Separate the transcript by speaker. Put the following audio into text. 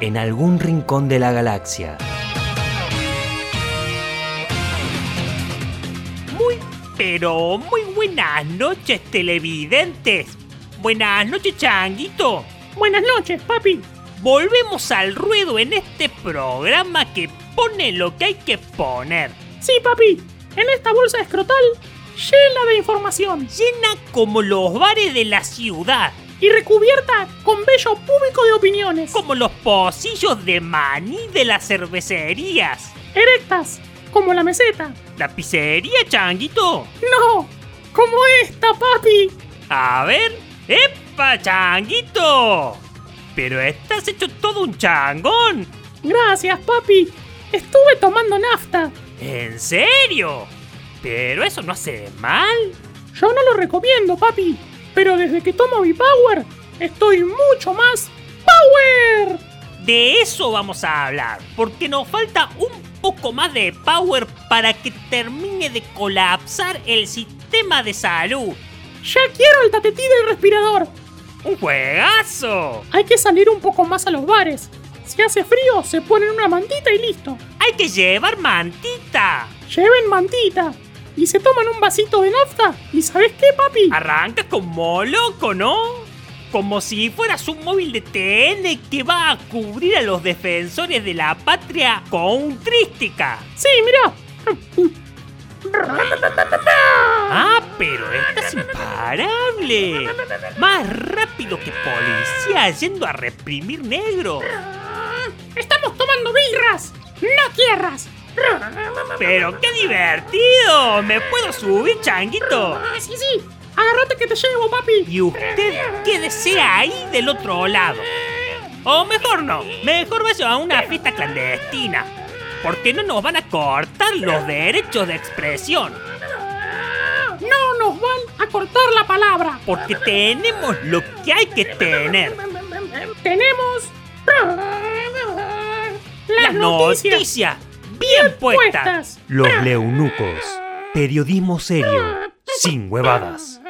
Speaker 1: en algún rincón de la galaxia.
Speaker 2: Muy, pero muy buenas noches, televidentes. Buenas noches, Changuito.
Speaker 3: Buenas noches, papi.
Speaker 2: Volvemos al ruedo en este programa que pone lo que hay que poner.
Speaker 3: Sí, papi. En esta bolsa escrotal llena de información
Speaker 2: Llena como los bares de la ciudad,
Speaker 3: y recubierta con bello público de opiniones,
Speaker 2: como los pocillos de maní de las cervecerías.
Speaker 3: erectas como la meseta.
Speaker 2: La pizzería, Changuito.
Speaker 3: No, como esta, papi.
Speaker 2: A ver. ¡Epa, Changuito! Pero estás hecho todo un changón.
Speaker 3: Gracias, papi. Estuve tomando nafta.
Speaker 2: ¿En serio? Pero eso no hace mal.
Speaker 3: Yo no lo recomiendo, papi. Pero desde que tomo B-Power, estoy mucho más power.
Speaker 2: De eso vamos a hablar, porque nos falta un poco más de power para que termine de colapsar el sistema de salud.
Speaker 3: Ya quiero el tatetí del respirador.
Speaker 2: ¡Un juegazo!
Speaker 3: Hay que salir un poco más a los bares. Si hace frío, se ponen una mantita y listo.
Speaker 2: Hay que llevar mantita.
Speaker 3: Lleven mantita. Y se toman un vasito de nafta. ¿Y sabes qué, papi?
Speaker 2: Ah. Arranca como loco, ¿no? Como si fueras un móvil de TN que va a cubrir a los defensores de la patria con un trística.
Speaker 3: Sí, mirá.
Speaker 2: Ah, pero esta es imparable. Más rápido que policía yendo a reprimir negro.
Speaker 3: Ah, Estamos tomando birras, no tierras.
Speaker 2: Pero qué divertido. Me puedo subir, changuito.
Speaker 3: Ah, sí, sí. Agárrate que te llevo, papi.
Speaker 2: Y usted quédese ahí del otro lado. O mejor no, mejor vaya a una fiesta clandestina. Porque no nos van a cortar los derechos de expresión.
Speaker 3: No nos van a cortar la palabra.
Speaker 2: Porque tenemos lo que hay que tener.
Speaker 3: Tenemos
Speaker 2: Las
Speaker 3: las noticias.
Speaker 2: noticias bien puestas.
Speaker 3: puestas.
Speaker 1: Los leunucos. Periodismo serio, sin huevadas.